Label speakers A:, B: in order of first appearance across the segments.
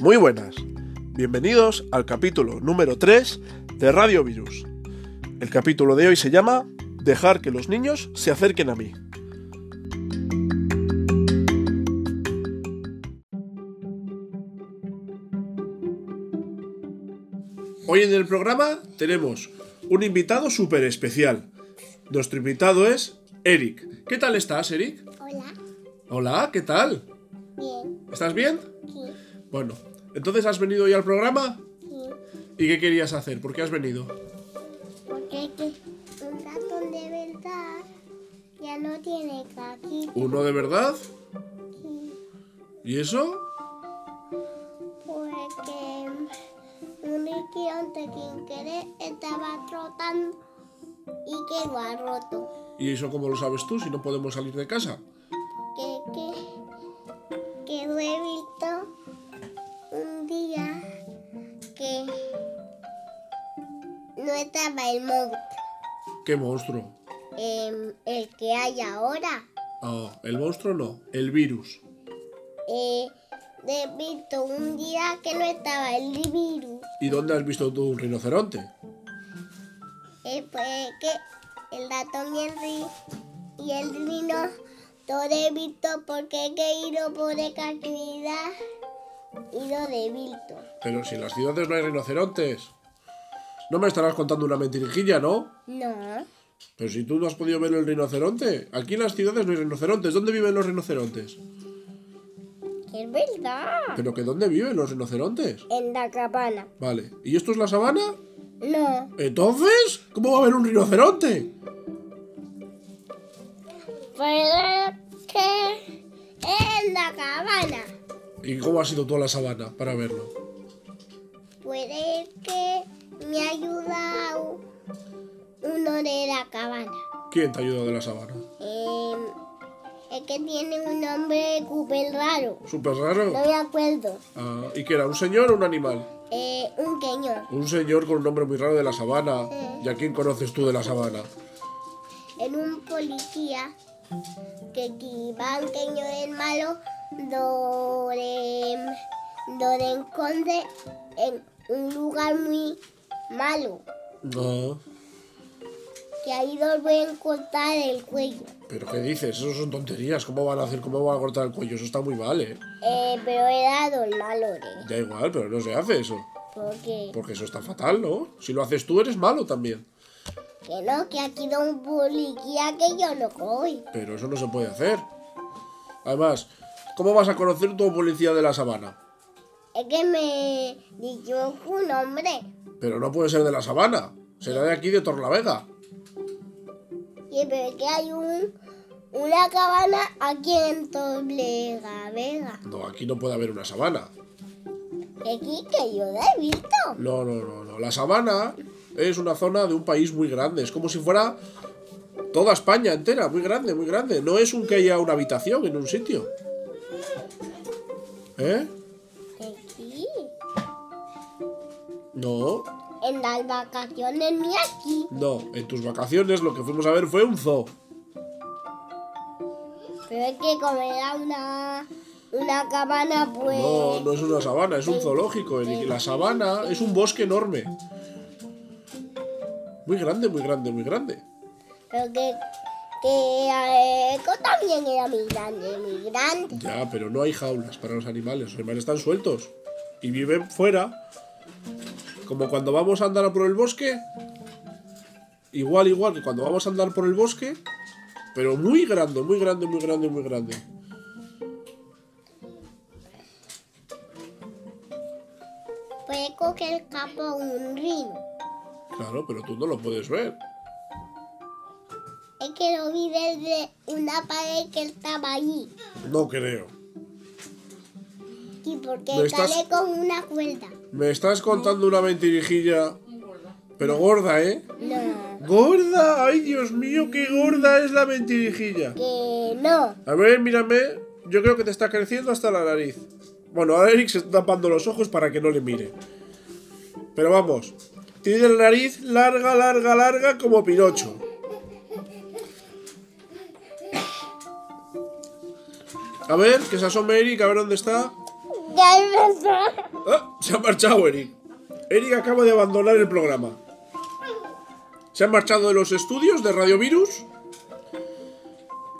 A: Muy buenas. Bienvenidos al capítulo número 3 de Radio Virus. El capítulo de hoy se llama Dejar que los niños se acerquen a mí. Hoy en el programa tenemos un invitado súper especial. Nuestro invitado es Eric. ¿Qué tal estás, Eric?
B: Hola,
A: Hola, ¿qué tal?
B: bien,
A: ¿Estás bien?
B: sí,
A: Bueno, entonces has venido hoy al programa
B: sí,
A: y ¿qué querías hacer? ¿Por qué has venido?
B: porque hay que un ratón de verdad ya no tiene caquita,
A: ¿Uno de verdad? ¿Y eso?
B: porque un gigante sin querer estaba trotando y quedó ha roto,
A: ¿Y eso cómo lo sabes tú si no podemos salir de casa?
B: que, que, que lo he visto un día que no estaba el monstruo,
A: ¿Qué monstruo?
B: em, el que hay ahora.
A: Ah, el monstruo no, el virus.
B: Eh, he visto un día que no estaba el virus.
A: ¿Y dónde has visto tú un rinoceronte?
B: Eh, pues que el ratón y el, ri- y el rino lo he visto porque he querido por casualidad y lo he visto.
A: Pero si en las ciudades no hay rinocerontes. No me estarás contando una mentirijilla, ¿no?
B: No,
A: Pero si tú no has podido ver el rinoceronte. Aquí en las ciudades no hay rinocerontes. ¿Dónde viven los rinocerontes?
B: es verdad.
A: Pero que ¿dónde viven los rinocerontes?
B: En la cabana.
A: Vale. ¿Y esto es la sabana?
B: No,
A: Entonces, ¿cómo va a haber un rinoceronte?
B: pero que en la cabana.
A: ¿Y cómo has ido tú a la sabana para verlo?
B: Puede que me ha ayudado uno de la cabana.
A: ¿Quién te ha ayudado de la sabana?
B: Em, es que tiene un nombre súper raro.
A: Súper raro.
B: No me acuerdo.
A: Ah, ¿Y qué era? ¿Un señor o un animal?
B: Eh, un queñón.
A: Un señor con un nombre muy raro de la sabana.
B: Sí.
A: ¿Y a quién conoces tú de la sabana?
B: En un policía que que va un queñón el malo, lo de, lo de esconde en un lugar muy malo.
A: No.
B: Que ahí lo voy a cortar el cuello.
A: ¿Pero qué dices? Eso son tonterías. ¿Cómo van a hacer? ¿Cómo van a cortar el cuello? Eso está muy mal, ¿eh?
B: Eh, pero era don malo, ¿eh?
A: Da igual, pero no se hace eso.
B: Porque
A: Porque eso está fatal, ¿no? Si lo haces tú, eres malo también.
B: que no, que aquí da un policía que yo no voy.
A: Pero eso no se puede hacer. Además, ¿cómo vas a conocer tú a un policía de la sabana?
B: Es que me dijo un hombre.
A: Pero no puede ser de la sabana. Será de aquí, de Torlavega.
B: Y pero que hay un, una cabana aquí en Torlega Vega.
A: No, aquí no puede haber una sabana.
B: Aquí que yo la he visto.
A: No, no, no, no. La sabana es una zona de un país muy grande. Es como si fuera toda España entera, muy grande, muy grande. No es un que haya una habitación en un sitio. ¿Eh?
B: Aquí.
A: No,
B: En las vacaciones ni aquí.
A: no. En tus vacaciones lo que fuimos a ver fue un zoo.
B: Pero es que como era una, una cabana, pues.
A: No, no es una sabana, es un zoológico. Eric. La sabana es un bosque enorme. Muy grande, muy grande, muy grande.
B: Pero que. Que eh, eco también era muy grande, muy grande.
A: Ya, pero no hay jaulas para los animales. Los animales están sueltos y viven fuera. Como cuando vamos a andar a por el bosque. Igual, igual que cuando vamos a andar por el bosque. Pero muy grande, muy grande, muy grande, muy grande.
B: Puede coger capo un rino.
A: Claro, pero tú no lo puedes ver.
B: Es que lo vi desde una pared que estaba allí.
A: No creo.
B: Y porque
A: No estás-
B: sale con una cuerda.
A: Me estás contando una mentirijilla. Pero gorda, ¿eh?
B: No.
A: ¡Gorda! ¡Ay, Dios mío, qué gorda es la mentirijilla!
B: Que no.
A: A ver, mírame. Yo creo que te está creciendo hasta la nariz. Bueno, ahora Eric se está tapando los ojos para que no le mire. Pero vamos. Tiene la nariz larga, larga, larga como Pinocho. A ver, que se asome Eric, a ver dónde está.
B: Ya empezó.
A: Ah, Se ha marchado Eric. Eric acaba de abandonar el programa. Se ha marchado de los estudios de Radio Virus.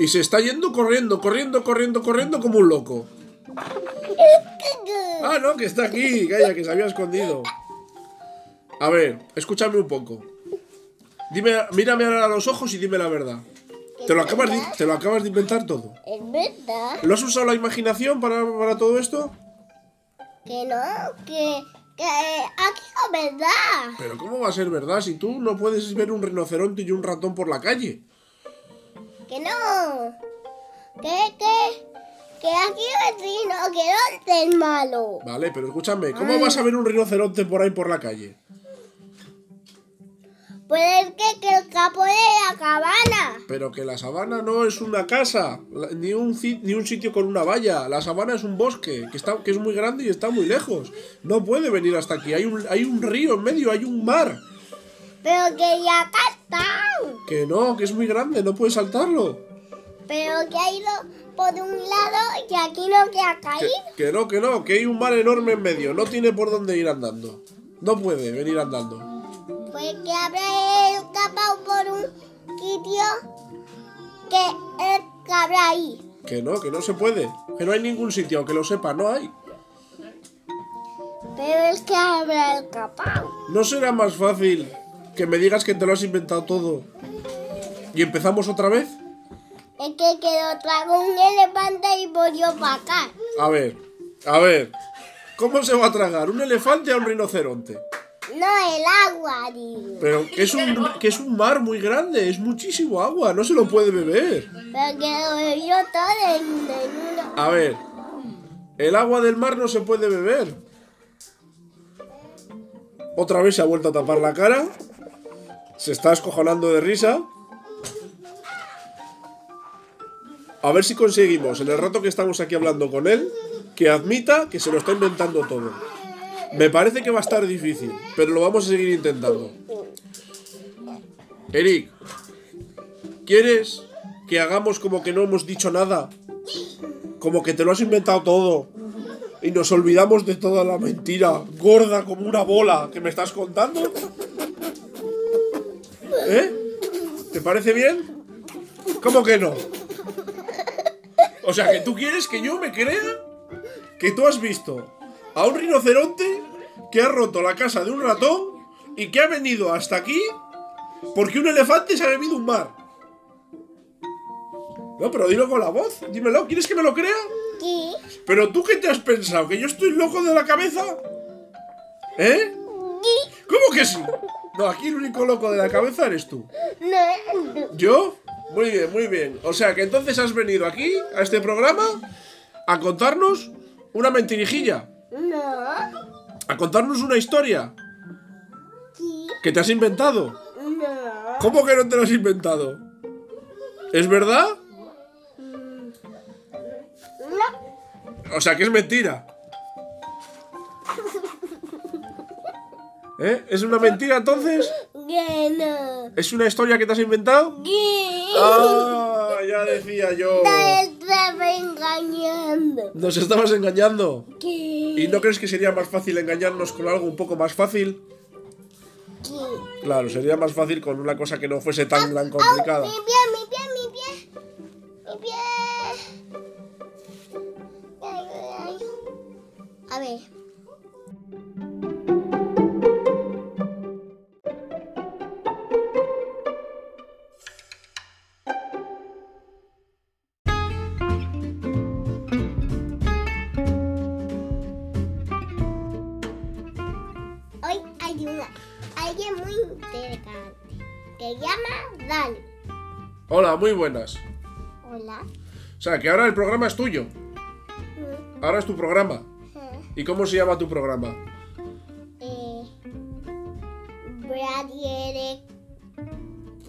A: Y se está yendo corriendo, corriendo, corriendo, corriendo como un loco. Ah, no, que está aquí. Calla, que se había escondido. A ver, escúchame un poco. Dime, mírame ahora a los ojos y dime la verdad. Te lo acabas de, te lo acabas de inventar todo.
B: Es verdad
A: ¿Lo has usado la imaginación para, para todo esto?
B: que no, que, que eh, aquí es verdad.
A: Pero ¿cómo va a ser verdad si tú no puedes ver un rinoceronte y un ratón por la calle?
B: Que no. Que, que, que aquí es vecino, que no te es malo.
A: Vale, pero escúchame, ¿cómo vas a ver un rinoceronte por ahí por la calle?
B: Puede Pues que, que el capo de la cabana.
A: Pero que la sabana no es una casa, la- ni un, ci- ni un sitio con una valla. La sabana es un bosque, que, está, que es muy grande y está muy lejos. No puede venir hasta aquí. Hay un, hay un río en medio, hay un mar.
B: Pero que ya acá están.
A: Que no, que es muy grande, no puedes saltarlo.
B: Pero que ha ido por un lado y aquí no que ha
A: Que,
B: caído.
A: que no, que no, que hay un mar enorme en medio. No tiene por dónde ir andando. No puede venir andando.
B: Pues que habrá escapado por un sitio que es que habrá ahí.
A: Que no, que no se puede. Que no hay ningún sitio, aunque lo sepa, no hay.
B: Pero es que habrá escapado.
A: ¿No será más fácil que me digas que te lo has inventado todo y empezamos otra vez?
B: Es que quedó trago un elefante y volvió para acá.
A: A ver, a ver. ¿Cómo se va a tragar un elefante a un rinoceronte?
B: No el agua, digo.
A: Pero que es un, que es un mar muy grande, es muchísimo agua, no se lo puede beber.
B: Pero que lo bebió todo en, en uno.
A: A ver, el agua del mar no se puede beber. Otra vez se ha vuelto a tapar la cara. Se está escojonando de risa. A ver si conseguimos, en el rato que estamos aquí hablando con él, que admita que se lo está inventando todo. Me parece que va a estar difícil, pero lo vamos a seguir intentando. Eric, ¿quieres que hagamos como que no hemos dicho nada como que te lo has inventado todo. Y nos olvidamos de toda la mentira gorda como una bola que me estás contando. ¿Eh? ¿Te parece bien? ¿Cómo que no? O sea, que tú quieres que yo me crea que tú has visto a un rinoceronte que ha roto la casa de un ratón y que ha venido hasta aquí porque un elefante se ha bebido un mar. No, pero dilo con la voz. Dímelo. ¿Quieres que me lo crea?
B: Aquí.
A: ¿Pero tú qué te has pensado? ¿Que yo estoy loco de la cabeza? ¿Eh? ¿Cómo que sí? No, aquí el único loco de la cabeza eres tú.
B: No.
A: ¿Yo? Muy bien, muy bien. O sea que entonces has venido aquí, a este programa, a contarnos una mentirijilla.
B: No.
A: A contarnos una historia
B: Sí.
A: que te has inventado.
B: No.
A: ¿Cómo que no te lo has inventado? ¿Es verdad?
B: No.
A: O sea que es mentira. ¿Eh? ¿Es una mentira entonces?
B: Que no.
A: ¿Es una historia que te has inventado?
B: Que.
A: ¡Ah! Ya decía yo.
B: Te estaba engañando.
A: Nos estabas engañando.
B: Que.
A: ¿Y no crees que sería más fácil engañarnos con algo un poco más fácil?
B: que-
A: Claro, sería más fácil con una cosa que no fuese tan, tan
B: ¡Au!
A: complicada.
B: Mi pie, mi pie, mi pie. Mi pie. Ay, ay, ay. A ver. Hoy hay una, alguien muy interesante que llama Dali.
A: Hola, muy buenas.
B: Hola.
A: O sea, que ahora el programa es tuyo. Ahora es tu programa. ¿Y cómo se llama tu programa?
B: Eh, Bradiere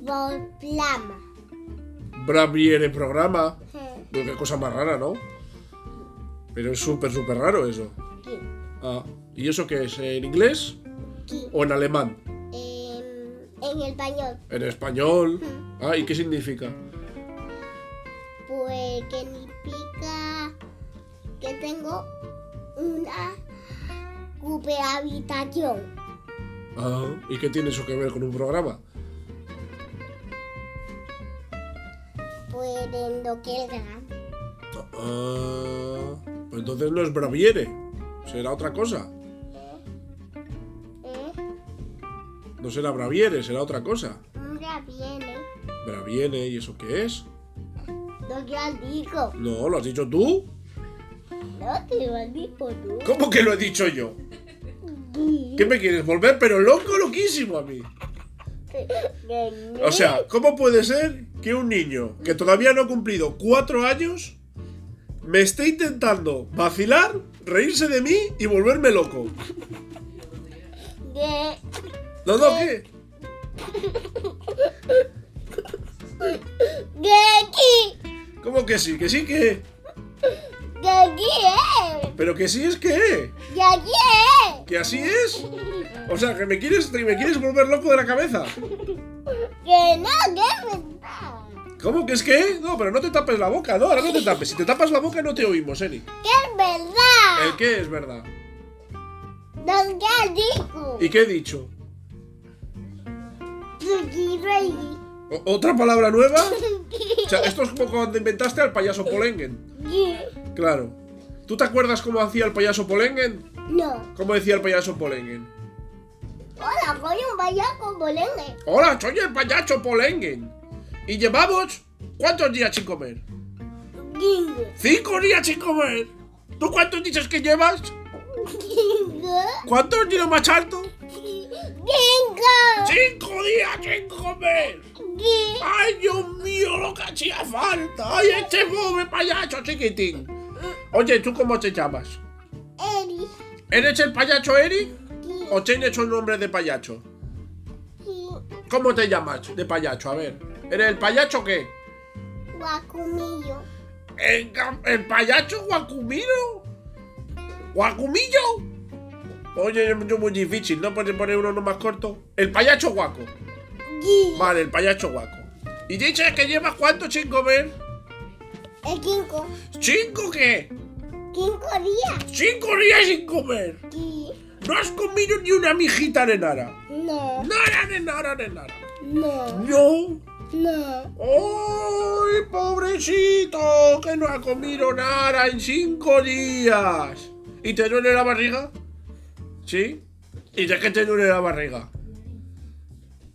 B: por plama.
A: Braviere programa. Pero Qué cosa más rara, ¿no? Pero es súper, súper raro eso.
B: Aquí,
A: Ah, ¿Y eso qué es? ¿En inglés
B: aquí,
A: o en alemán?
B: em, en el baño,
A: En español. Ah, ¿y qué significa?
B: pues que mi pica que tengo una habitación.
A: Ah, ¿Y qué tiene eso que ver con un programa?
B: Pues en lo que él gana.
A: Ah, pues entonces no es Braviere. Será otra cosa.
B: ¿Eh?
A: No será Braviere, será otra cosa.
B: Una viene.
A: Braviere, ¿y eso qué es?
B: Lo que al digo.
A: No, ¿lo has dicho tú?
B: No te lo has dicho tú.
A: ¿Cómo que lo he dicho yo? ¿Qué me quieres? ¿Volver pero loco, loquísimo a mí? O sea, ¿cómo puede ser que un niño que todavía no ha cumplido cuatro años me esté intentando vacilar, reírse de mí y volverme loco?
B: De-
A: No, no, ¿qué?
B: de aquí.
A: ¿Cómo que sí? ¿Que sí que?
B: De aquí es.
A: ¿Pero que sí es que?
B: De aquí es.
A: ¿Que así es? O sea, ¿que me quieres, que me quieres volver loco de la cabeza?
B: Que no, que es verdad.
A: ¿Cómo que es que? No, pero no te tapes la boca, no, ahora no te tapes. Si te tapas la boca no te oímos, Eri.
B: Que es verdad.
A: ¿El qué es verdad?
B: Lo que al digo.
A: ¿Y qué he dicho?
B: Ricky Rey.
A: ¿O- ¿Otra palabra nueva? O sea, esto es como cuando inventaste al payaso Polengen. Claro. ¿Tú te acuerdas cómo hacía el payaso Polengen?
B: No.
A: ¿Cómo decía el payaso Polengen?
B: Hola, coño, vaya con bolengue.
A: Hola, soy el payaso Polengen. Y llevamos cuántos días sin comer?
B: Gingo.
A: Cinco días sin comer. ¿Tú cuántos dices que llevas?
B: Gingo.
A: ¿Cuántos días más alto?
B: Gingo.
A: Cinco días sin comer.
B: Gi-
A: ¡Ay, Dios mío, lo que hacía falta! ¡Ay, este pobre payaso chiquitín! Oye, ¿tú cómo te llamas?
B: Eri.
A: ¿Eres el payaso Eric?
B: Gi-
A: ¿O tienes un nombre de payaso?
B: gi-
A: ¿Cómo te llamas de payaso? A ver, ¿eres el payaso qué?
B: Guacumillo.
A: ¿El, ga- el payaso Guacumiro? ¿Guacumillo? Oye, es mucho- muy difícil, ¿no? Puedes poner uno más corto. El payaso guaco.
B: Gi.
A: Vale, el payaso guaco. ¿Y dices que llevas cuánto sin comer?
B: El quinco.
A: ¿Cinco qué?
B: Quinco días.
A: ¡Cinco días sin comer!
B: Gi.
A: No has comido ni una mijita de nada.
B: No.
A: Nada de nada de nada.
B: No.
A: No.
B: No.
A: ¡Ay, pobrecito! Que no ha comido nada en cinco días. ¿Y te duele la barriga? ¿Sí? ¿Y de qué te duele la barriga?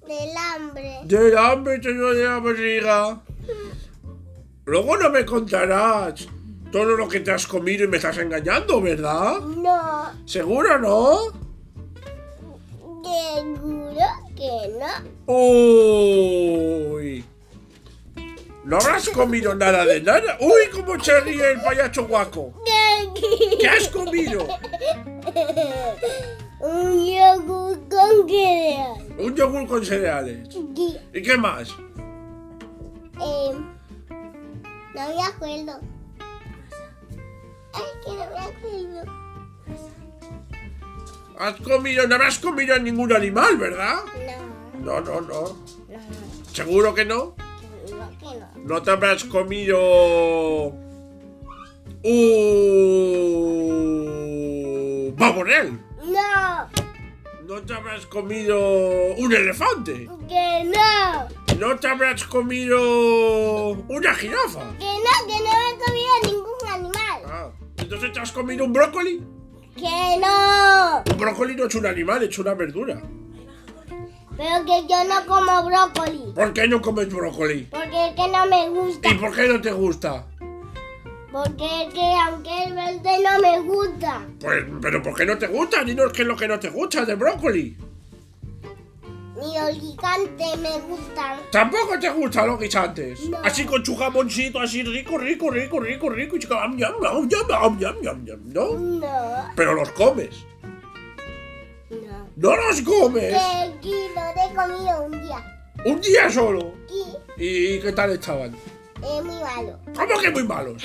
B: Del hambre.
A: Del hambre te duele la barriga. Luego no me contarás todo lo que te has comido y me estás engañando, ¿verdad?
B: No.
A: ¿Seguro no?
B: Seguro que no.
A: Uy. No habrás comido nada de nada. Uy, cómo se ríe el payaso guaco. ¿Qué has comido?
B: Un yogur con crema.
A: Un yogur con cereales.
B: Gi-
A: ¿Y qué más?
B: Em, no me acuerdo. Ay, que no me acuerdo.
A: Has comido, no habrás comido ningún animal, ¿verdad?
B: No,
A: No, no, no.
B: no,
A: Seguro que no.
B: no, que no.
A: No te habrás comido. Un babonel.
B: No,
A: No te habrás comido un elefante.
B: que no.
A: No te habrás comido una jirafa.
B: Que no, que no me he comido ningún animal.
A: Ah, entonces te has comido un brócoli.
B: Que no.
A: Un brócoli no es un animal, es una verdura.
B: Pero que yo no como brócoli.
A: ¿Por qué no comes brócoli?
B: Porque es que no me gusta.
A: ¿Y por qué no te gusta?
B: Porque es que aunque es verde no me gusta.
A: Pues, pero ¿por qué no te gusta? Dinos qué es lo que no te gusta de brócoli.
B: Ni el gigante me gusta.
A: Tampoco te gusta los guisantes.
B: No.
A: Así con su jamoncito, así rico, rico, rico, rico, rico. Y chica, am, yam, am, yam, am, yam, yam, yam, ¿no?
B: No,
A: Pero los comes.
B: no.
A: ¡No los comes!
B: Que que no te he comido un día.
A: Un día solo.
B: Y
A: ¿Y qué tal estaban?
B: es muy malo.
A: ¿Cómo que muy malos?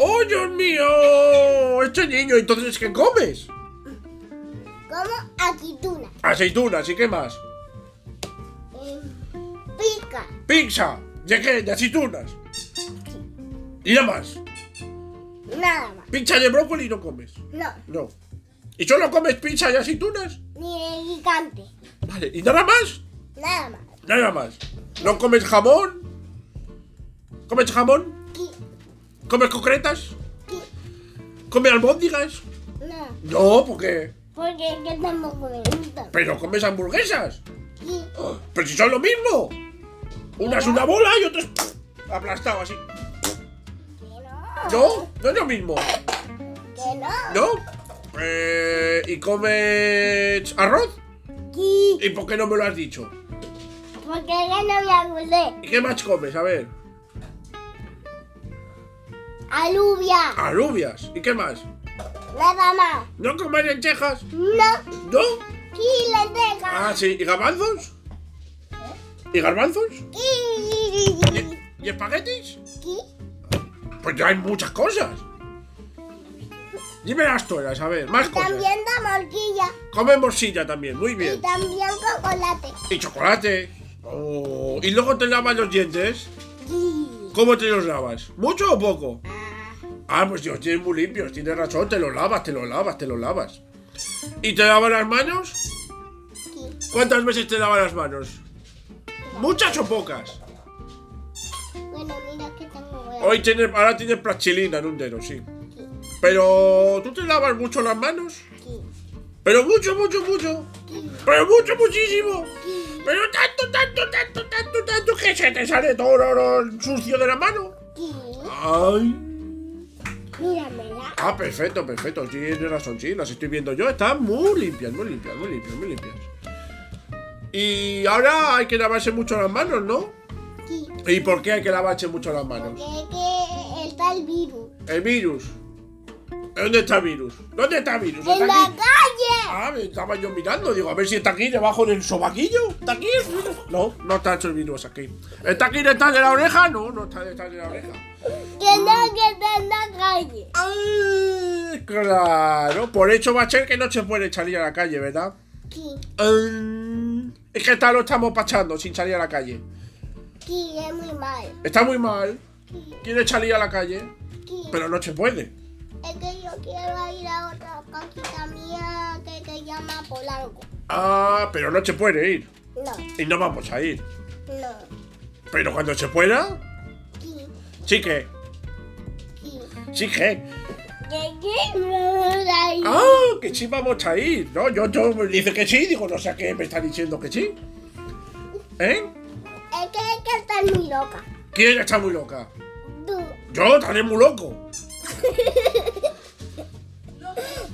A: ¡Oh, Dios mío! Este niño, entonces, ¿qué comes?
B: Como aceituna.
A: Aceitunas, ¿y qué más?
B: em, pica.
A: Pizza, ¿de qué? De aceitunas. ¿Y nada más?
B: Nada más.
A: Pizza de brócoli no comes.
B: No,
A: No. ¿Y solo comes pizza y aceitunas?
B: ni de picante.
A: Vale. ¿Y nada más?
B: Nada más.
A: Nada más. ¿No comes jamón? ¿Comes jamón?
B: Qui,
A: ¿Comes concretas?
B: qui,
A: ¿Comes albóndigas?
B: no,
A: No, porque...
B: porque yo tampoco me gusta.
A: Pero comes hamburguesas. ¡Oh!
B: Qui,
A: Pero si son lo mismo. Una es una bola y otra es... Aplastado así.
B: que no.
A: No, no es lo mismo.
B: Que no.
A: ¿No? Eh, ¿Y comes arroz?
B: Qui,
A: ¿Y por qué no me lo has dicho?
B: porque yo no me acordé.
A: ¿Y qué más comes? A ver.
B: Alubia,
A: Alubias. ¿Y qué más?
B: nada más.
A: ¿No comes lentejas?
B: No,
A: ¿No?
B: qui le deja.
A: Ah, sí. ¿Y garbanzos? ¿Y garbanzos?
B: Qui,
A: ¿Y espaguetis?
B: qui,
A: Pues ya hay muchas cosas. Dime las todas, a ver, más cosas.
B: también da morquilla
A: Comen morcilla también, muy
B: y
A: bien.
B: también chocolate.
A: Y chocolate. Oh, Y luego te lavas los dientes.
B: Qui.
A: ¿Cómo te los lavas? ¿Mucho o poco?
B: Ah,
A: Ah, pues Dios, tienes muy limpios, tienes razón, te los lavas, te los lavas, te los lavas. ¿Y te lavas las manos?
B: qui,
A: ¿Cuántas veces te lavas las manos? ¿Muchas o pocas?
B: Bueno, mira que tengo huevo.
A: Hoy tienes, ahora tienes plastilina en un dedo, sí. Pero tú te lavas mucho las manos.
B: Qui,
A: Pero mucho, mucho, mucho. Pero mucho, muchísimo.
B: qui,
A: Pero tanto, tanto, tanto, tanto, tanto que se te sale todo lo- lo- el sucio de la mano.
B: qui.
A: Ay.
B: Míramela.
A: Ah, perfecto, perfecto. Tienes razón, sí, las estoy viendo yo. Están muy limpias, muy limpias, muy limpias, muy limpias. Y ahora hay que lavarse mucho las manos, ¿no?
B: Qui.
A: ¿Y por qué hay que lavarse mucho las
B: Porque
A: manos?
B: es que está el virus.
A: El virus. ¿Dónde está el virus? ¿Dónde está el virus?
B: ¡En
A: ¿Está
B: la
A: aquí?
B: calle!
A: Ah, me estaba yo mirando, digo, a ver si está aquí debajo del sobaquillo. ¿Está aquí el virus? No, no está hecho el virus aquí. ¿Está aquí detrás de la oreja? No, no está detrás de la oreja.
B: Que no, que está en la calle.
A: Ay, claro, por hecho va a ser que no se puede salir a la calle, ¿verdad?
B: Qui,
A: Em, Es que tal lo estamos pachando sin salir a la calle.
B: qui es muy mal.
A: Está muy mal,
B: Qui,
A: quiere salir a la calle,
B: qui.
A: pero no se puede.
B: Es que yo quiero ir a otra cajita mía que se llama Polanco.
A: Ah, pero no se puede ir.
B: No,
A: Y no vamos a ir.
B: no.
A: Pero cuando se pueda,
B: Qui,
A: sí que,
B: qui.
A: sí que.
B: Que quiero ir ahí.
A: Ah, que sí vamos a ir. No, yo, yo me dice que sí, digo, no sé a qué me está diciendo que sí. ¿Eh?
B: Es que es que estás muy loca.
A: ¿Quién está muy loca?
B: Tú.
A: Yo estaré muy loco.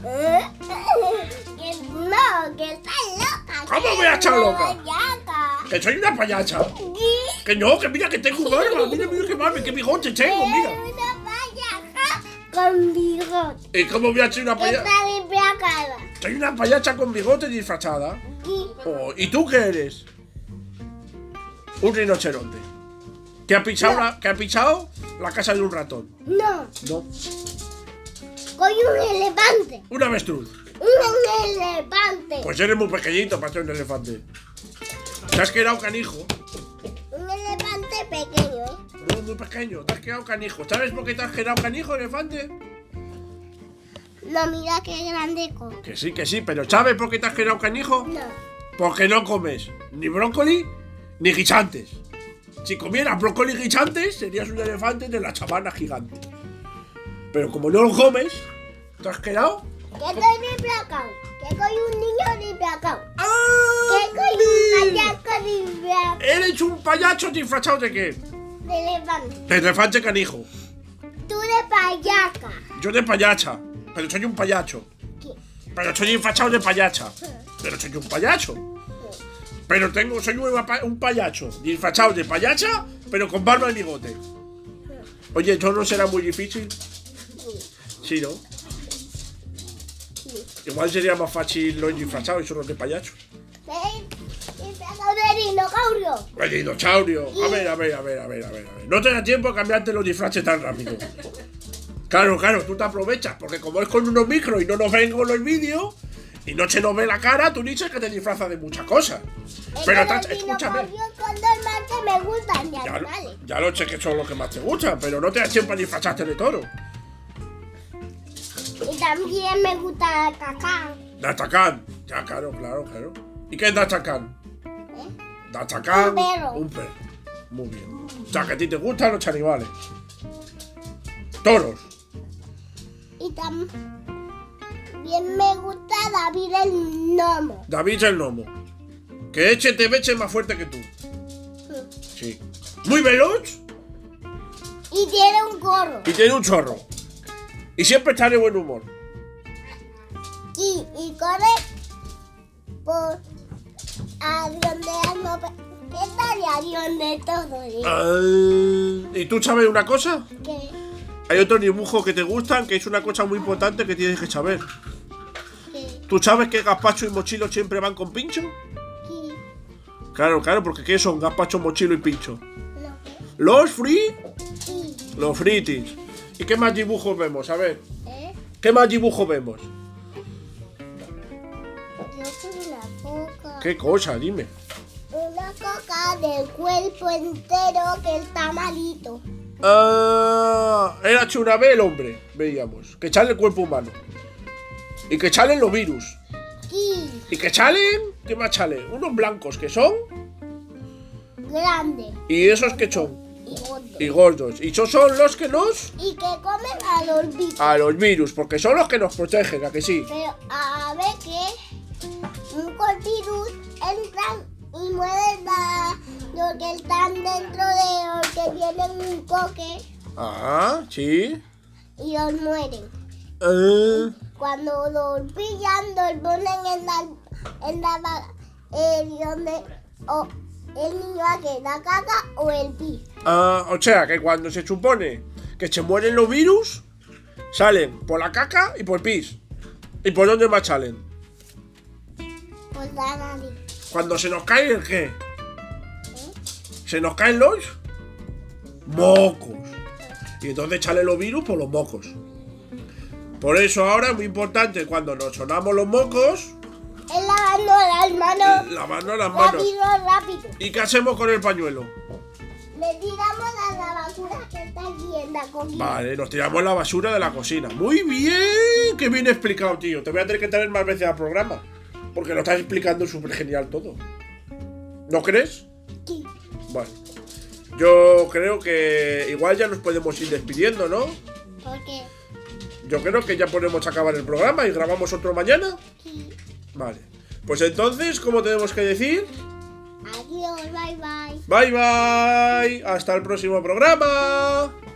B: ¿Eh? Que no, que estás loca.
A: ¿Cómo
B: que
A: voy a estar
B: no,
A: loca?
B: yaca.
A: Que soy una payasa.
B: Qui.
A: Que no, que mira que tengo barba. Mira, mira que barba, que bigote tengo, mira.
B: Es una payaja con bigote.
A: ¿Y cómo voy a ser una
B: Que
A: payasa?
B: está limpia cara.
A: Soy una payacha con bigote disfrazada.
B: Qui,
A: Oh, ¿Y tú qué eres? Un rinoceronte. ¿Que ha pisado, la, que ha pisado la casa de un ratón?
B: No,
A: No.
B: con un elefante.
A: Un avestruz.
B: Un elefante.
A: Pues eres muy pequeñito para ser un elefante. Te has quedado canijo.
B: Un elefante pequeño, ¿eh?
A: Muy, muy pequeño. Te has quedado canijo. ¿Sabes por qué te has quedado canijo, elefante?
B: No, mira qué grande con.
A: Que sí, que sí. Pero ¿sabes por qué te has quedado canijo?
B: No,
A: Porque no comes ni brócoli ni guisantes. Si comieras brócoli y guisantes, serías un elefante de la sabana gigante. Pero como no lo comes, te has quedado.
B: que estoy limpia cara. Que soy un niño limpia cara. Que
A: ¡Ah!
B: soy un payaco limpia
A: ¡Eres un payacho disfrazado de qué?
B: de elefante.
A: De elefante canijo.
B: Tú de payaca.
A: Yo de payacha. Pero soy un payacho.
B: Qui,
A: Pero soy disfrazado de payacha. Pero soy un payacho. Pero tengo, soy un, pa- un payacho. Disfrazado de payacha, pero con barba y bigote. Oye, ¿esto no será muy difícil?
B: qui,
A: Sí, ¿no?
B: qui.
A: Igual sería más fácil los disfrazados y son los de payacho.
B: ¿Veis? Limpia cara de dinosaurio.
A: El dinosaurio. A ver, a ver, a ver, a ver, a ver. a ver. No te da tiempo a cambiarte los disfraces tan rápido. Claro, claro, tú te aprovechas, porque como es con unos micros y no nos ven con los vídeos, y no se nos ve la cara, tú dices que te disfrazas de muchas cosas.
B: Es
A: Pero
B: que los
A: ta- escúchame.
B: dinosaurios son los más que me gustan de
A: Ya, lo-
B: animales.
A: ya lo sé que son los que más te gustan, pero no te da tiempo a disfrazarte de toro.
B: también me gusta el cacao.
A: Dachacán. Ya, claro, claro, claro. ¿Y qué es Dachacán?
B: ¿eh?
A: Dachacán.
B: Un perro.
A: Un perro. Muy bien. O sea, que a ti te gustan los animales. Toros.
B: Y también me gusta David el gnomo.
A: David el Nomo. Que eche te veche más fuerte que tú. Sí. Muy veloz
B: Y tiene un gorro.
A: y tiene un chorro. Y siempre está de buen humor.
B: Y, y corre por a donde ando. ¿Qué tal y a donde todo? ¿eh?
A: Ah, ¿Y tú sabes una cosa?
B: Que,
A: Hay otro dibujo que te gustan que es una cosa muy importante que tienes que saber.
B: que,
A: ¿Tú sabes que gazpacho y mochilo siempre van con pincho?
B: que,
A: Claro, claro, porque ¿qué son gazpacho, mochilo y pincho?
B: lo que,
A: Los free,
B: y,
A: los fritis. ¿Y qué más dibujos vemos? A ver,
B: ¿eh?
A: ¿qué más dibujos vemos?
B: Yo soy una coca.
A: ¿Qué cosa? Dime.
B: Una coca del cuerpo entero que está malito.
A: Ah, era hecho una vez el hombre, veíamos. Que sale el cuerpo humano. Y que salen los virus.
B: Y
A: Y que salen, ¿qué más salen? Unos blancos que son.
B: grande
A: Y esos que son.
B: y gordo.
A: Y gordos. Y esos son los que nos.
B: Y que comen a los bichos.
A: A los virus, porque son los que nos protegen, ¿a que sí?
B: Pero a ver que un cortirus entran y mueren a los que están dentro de los que tienen un coque
A: Ah, sí.
B: y los mueren.
A: Ah,
B: Cuando los pillan, los ponen en la. en la. ba- en donde. o el niño que la caca o el pi.
A: ah, o sea, que cuando se supone que se mueren los virus, salen por la caca y por pis. ¿Y por dónde más salen?
B: Por pues la nariz.
A: Cuando se nos cae el qué? Se nos caen los mocos. Y entonces salen los virus por los mocos. Por eso ahora es muy importante cuando nos sonamos los mocos,
B: Es lavando las manos
A: lavarnos las manos.
B: rápido, rápido.
A: ¿Y qué hacemos con el pañuelo?
B: Le tiramos a la basura que está aquí en la coquita.
A: Vale, nos tiramos la basura de la cocina. Muy bien, qué bien explicado, tío. Te voy a tener que traer más veces al programa. Porque lo estás explicando súper genial todo. ¿No crees?
B: Sí.
A: Vale. Yo creo que igual ya nos podemos ir despidiendo, ¿no?
B: Porque
A: Yo creo que ya podemos acabar el programa y grabamos otro mañana.
B: sí.
A: Vale. Pues entonces, ¿cómo tenemos que decir?
B: Adiós, bye bye.
A: Bye bye. Hasta el próximo programa.